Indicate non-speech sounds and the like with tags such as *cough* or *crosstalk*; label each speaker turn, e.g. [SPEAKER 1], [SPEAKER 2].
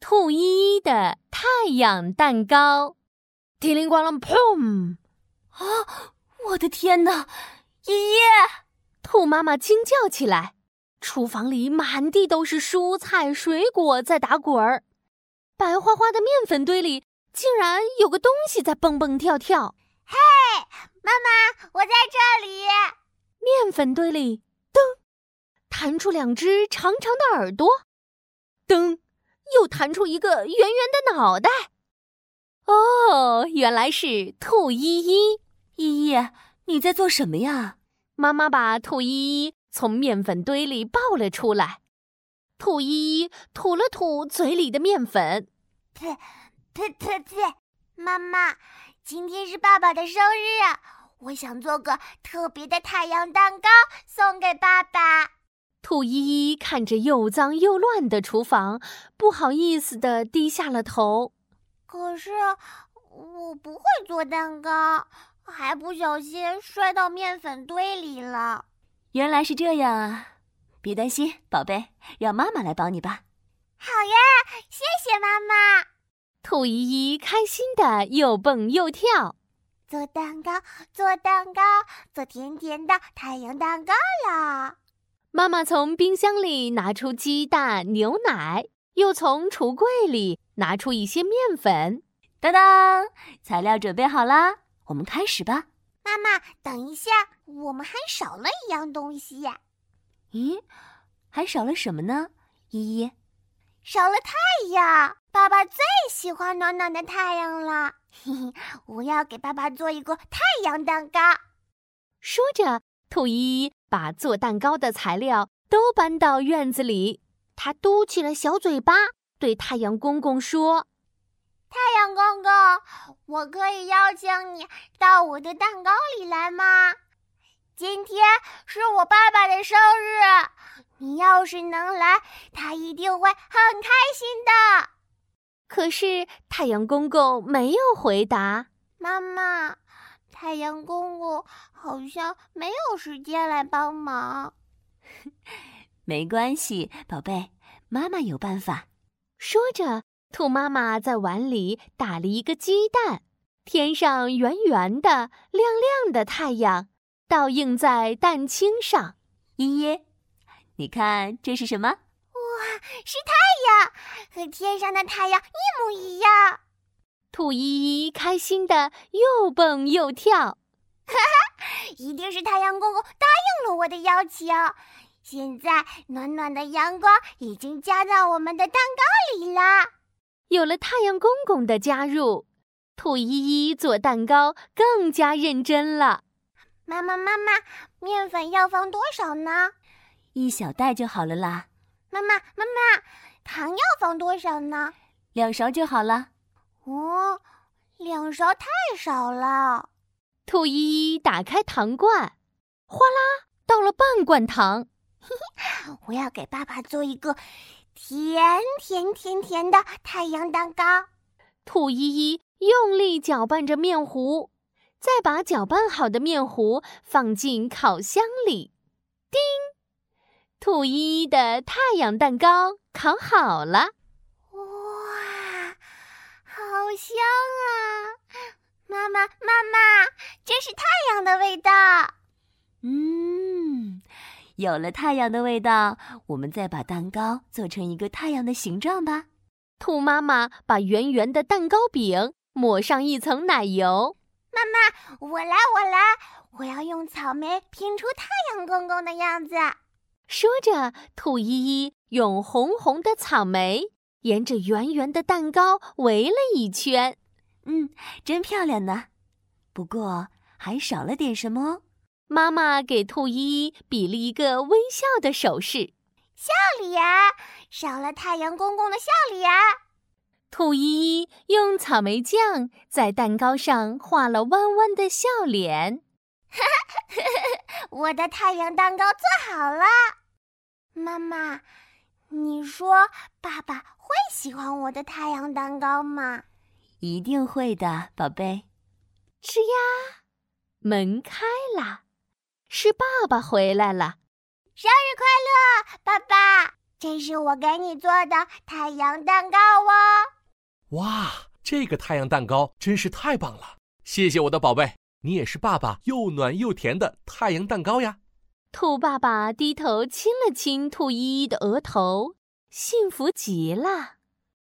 [SPEAKER 1] 兔依依的太阳蛋糕。
[SPEAKER 2] 叮铃咣啷砰！
[SPEAKER 3] 啊，我的天哪！爷爷，
[SPEAKER 1] 兔妈妈惊叫起来。厨房里满地都是蔬菜水果在打滚儿，白花花的面粉堆里竟然有个东西在蹦蹦跳跳。
[SPEAKER 4] 嘿，妈妈，我在这里！
[SPEAKER 1] 面粉堆里，噔，弹出两只长长的耳朵，噔，又弹出一个圆圆的脑袋。哦，原来是兔依依。啊
[SPEAKER 3] 依依，你在做什么呀？
[SPEAKER 1] 妈妈把兔依依。从面粉堆里抱了出来，兔依依吐了吐嘴里的面粉，
[SPEAKER 4] 呸呸呸呸！妈妈，今天是爸爸的生日，啊我想做个特别的太阳蛋糕送给爸爸。
[SPEAKER 1] 兔依依看着又脏又乱的厨房，不好意思的低下了头。
[SPEAKER 4] 可是我不会做蛋糕，还不小心摔到面粉堆里了。
[SPEAKER 3] 原来是这样啊！别担心，宝贝，让妈妈来帮你吧。
[SPEAKER 4] 好呀，谢谢妈妈。
[SPEAKER 1] 兔依依开心的又蹦又跳，
[SPEAKER 4] 做蛋糕，做蛋糕，做甜甜的太阳蛋糕啦！
[SPEAKER 1] 妈妈从冰箱里拿出鸡蛋、牛奶，又从橱柜里拿出一些面粉。
[SPEAKER 3] 当当，材料准备好啦，我们开始吧。
[SPEAKER 4] 妈妈，等一下，我们还少了一样东西、啊。
[SPEAKER 3] 咦，还少了什么呢？依依，
[SPEAKER 4] 少了太阳。爸爸最喜欢暖暖的太阳了。 *laughs* 嘿嘿，我要给爸爸做一个太阳蛋糕。
[SPEAKER 1] 说着，兔依依把做蛋糕的材料都搬到院子里。她嘟起了小嘴巴，对太阳公公说。
[SPEAKER 4] 太阳公公，我可以邀请你到我的蛋糕里来吗？今天是我爸爸的生日，你要是能来，他一定会很开心的。
[SPEAKER 1] 可是太阳公公没有回答。
[SPEAKER 4] 妈妈，太阳公公好像没有时间来帮忙。
[SPEAKER 3] 没关系，宝贝，妈妈有办法。
[SPEAKER 1] 说着。兔妈妈在碗里打了一个鸡蛋，天上圆圆的、亮亮的太阳倒映在蛋清上。
[SPEAKER 3] 依依，你看这是什么？
[SPEAKER 4] 哇，是太哎阳，和天上的太阳一模一样。
[SPEAKER 1] 兔依依开心的又蹦又跳，
[SPEAKER 4] 哈哈，一定是太阳公公答应了我的邀请。现在暖暖的阳光已经加到我们的蛋糕里啦。
[SPEAKER 1] 有了太阳公公的加入，兔依依做蛋糕更加认真了。
[SPEAKER 4] 妈妈，妈妈，面粉要放多少呢？
[SPEAKER 3] 一小袋就好了啦。
[SPEAKER 4] 妈妈，妈妈，糖要放多少呢？
[SPEAKER 3] 两勺就好了。
[SPEAKER 4] 哦，两勺太少了。
[SPEAKER 1] 兔依依打开糖罐，哗啦倒了半罐糖。
[SPEAKER 4] 我要给爸爸做一个。甜甜甜甜的太阳蛋糕，
[SPEAKER 1] 兔依依用力搅拌着面糊，再把搅拌好的面糊放进烤箱里。叮，兔依依的太阳蛋糕烤好了。
[SPEAKER 4] 哇，好香啊！妈妈，妈妈，这是太阳的味道。
[SPEAKER 3] 嗯。有了太阳的味道，我们再把蛋糕做成一个太阳的形状吧。
[SPEAKER 1] 兔妈妈把圆圆的蛋糕饼抹上一层奶油。
[SPEAKER 4] 妈妈，我来，我来，我要用草莓拼出太阳公公的样子。
[SPEAKER 1] 说着，兔依依用红红的草莓沿着圆圆的蛋糕围了一圈。
[SPEAKER 3] 嗯，真漂亮呢。不过还少了点什么哦。
[SPEAKER 1] 妈妈给兔依依比了一个微笑的手势，
[SPEAKER 4] 笑脸少了太阳公公的笑脸。
[SPEAKER 1] 兔依依用草莓酱在蛋糕上画了弯弯的笑脸。
[SPEAKER 4] 哈哈，我的太阳蛋糕做好了。妈妈，你说爸爸会喜欢我的太阳蛋糕吗？
[SPEAKER 3] 一定会的，宝贝。
[SPEAKER 1] 吱呀，门开啦。是爸爸回来了，
[SPEAKER 4] 啊生日快乐，爸爸！这是我给你做的太阳蛋糕哦。
[SPEAKER 5] 哇，这个太阳蛋糕真是太棒了！谢谢我的宝贝，你也是爸爸又暖又甜的太阳蛋糕呀。
[SPEAKER 1] 兔爸爸低头亲了亲兔依依的额头，幸福极了。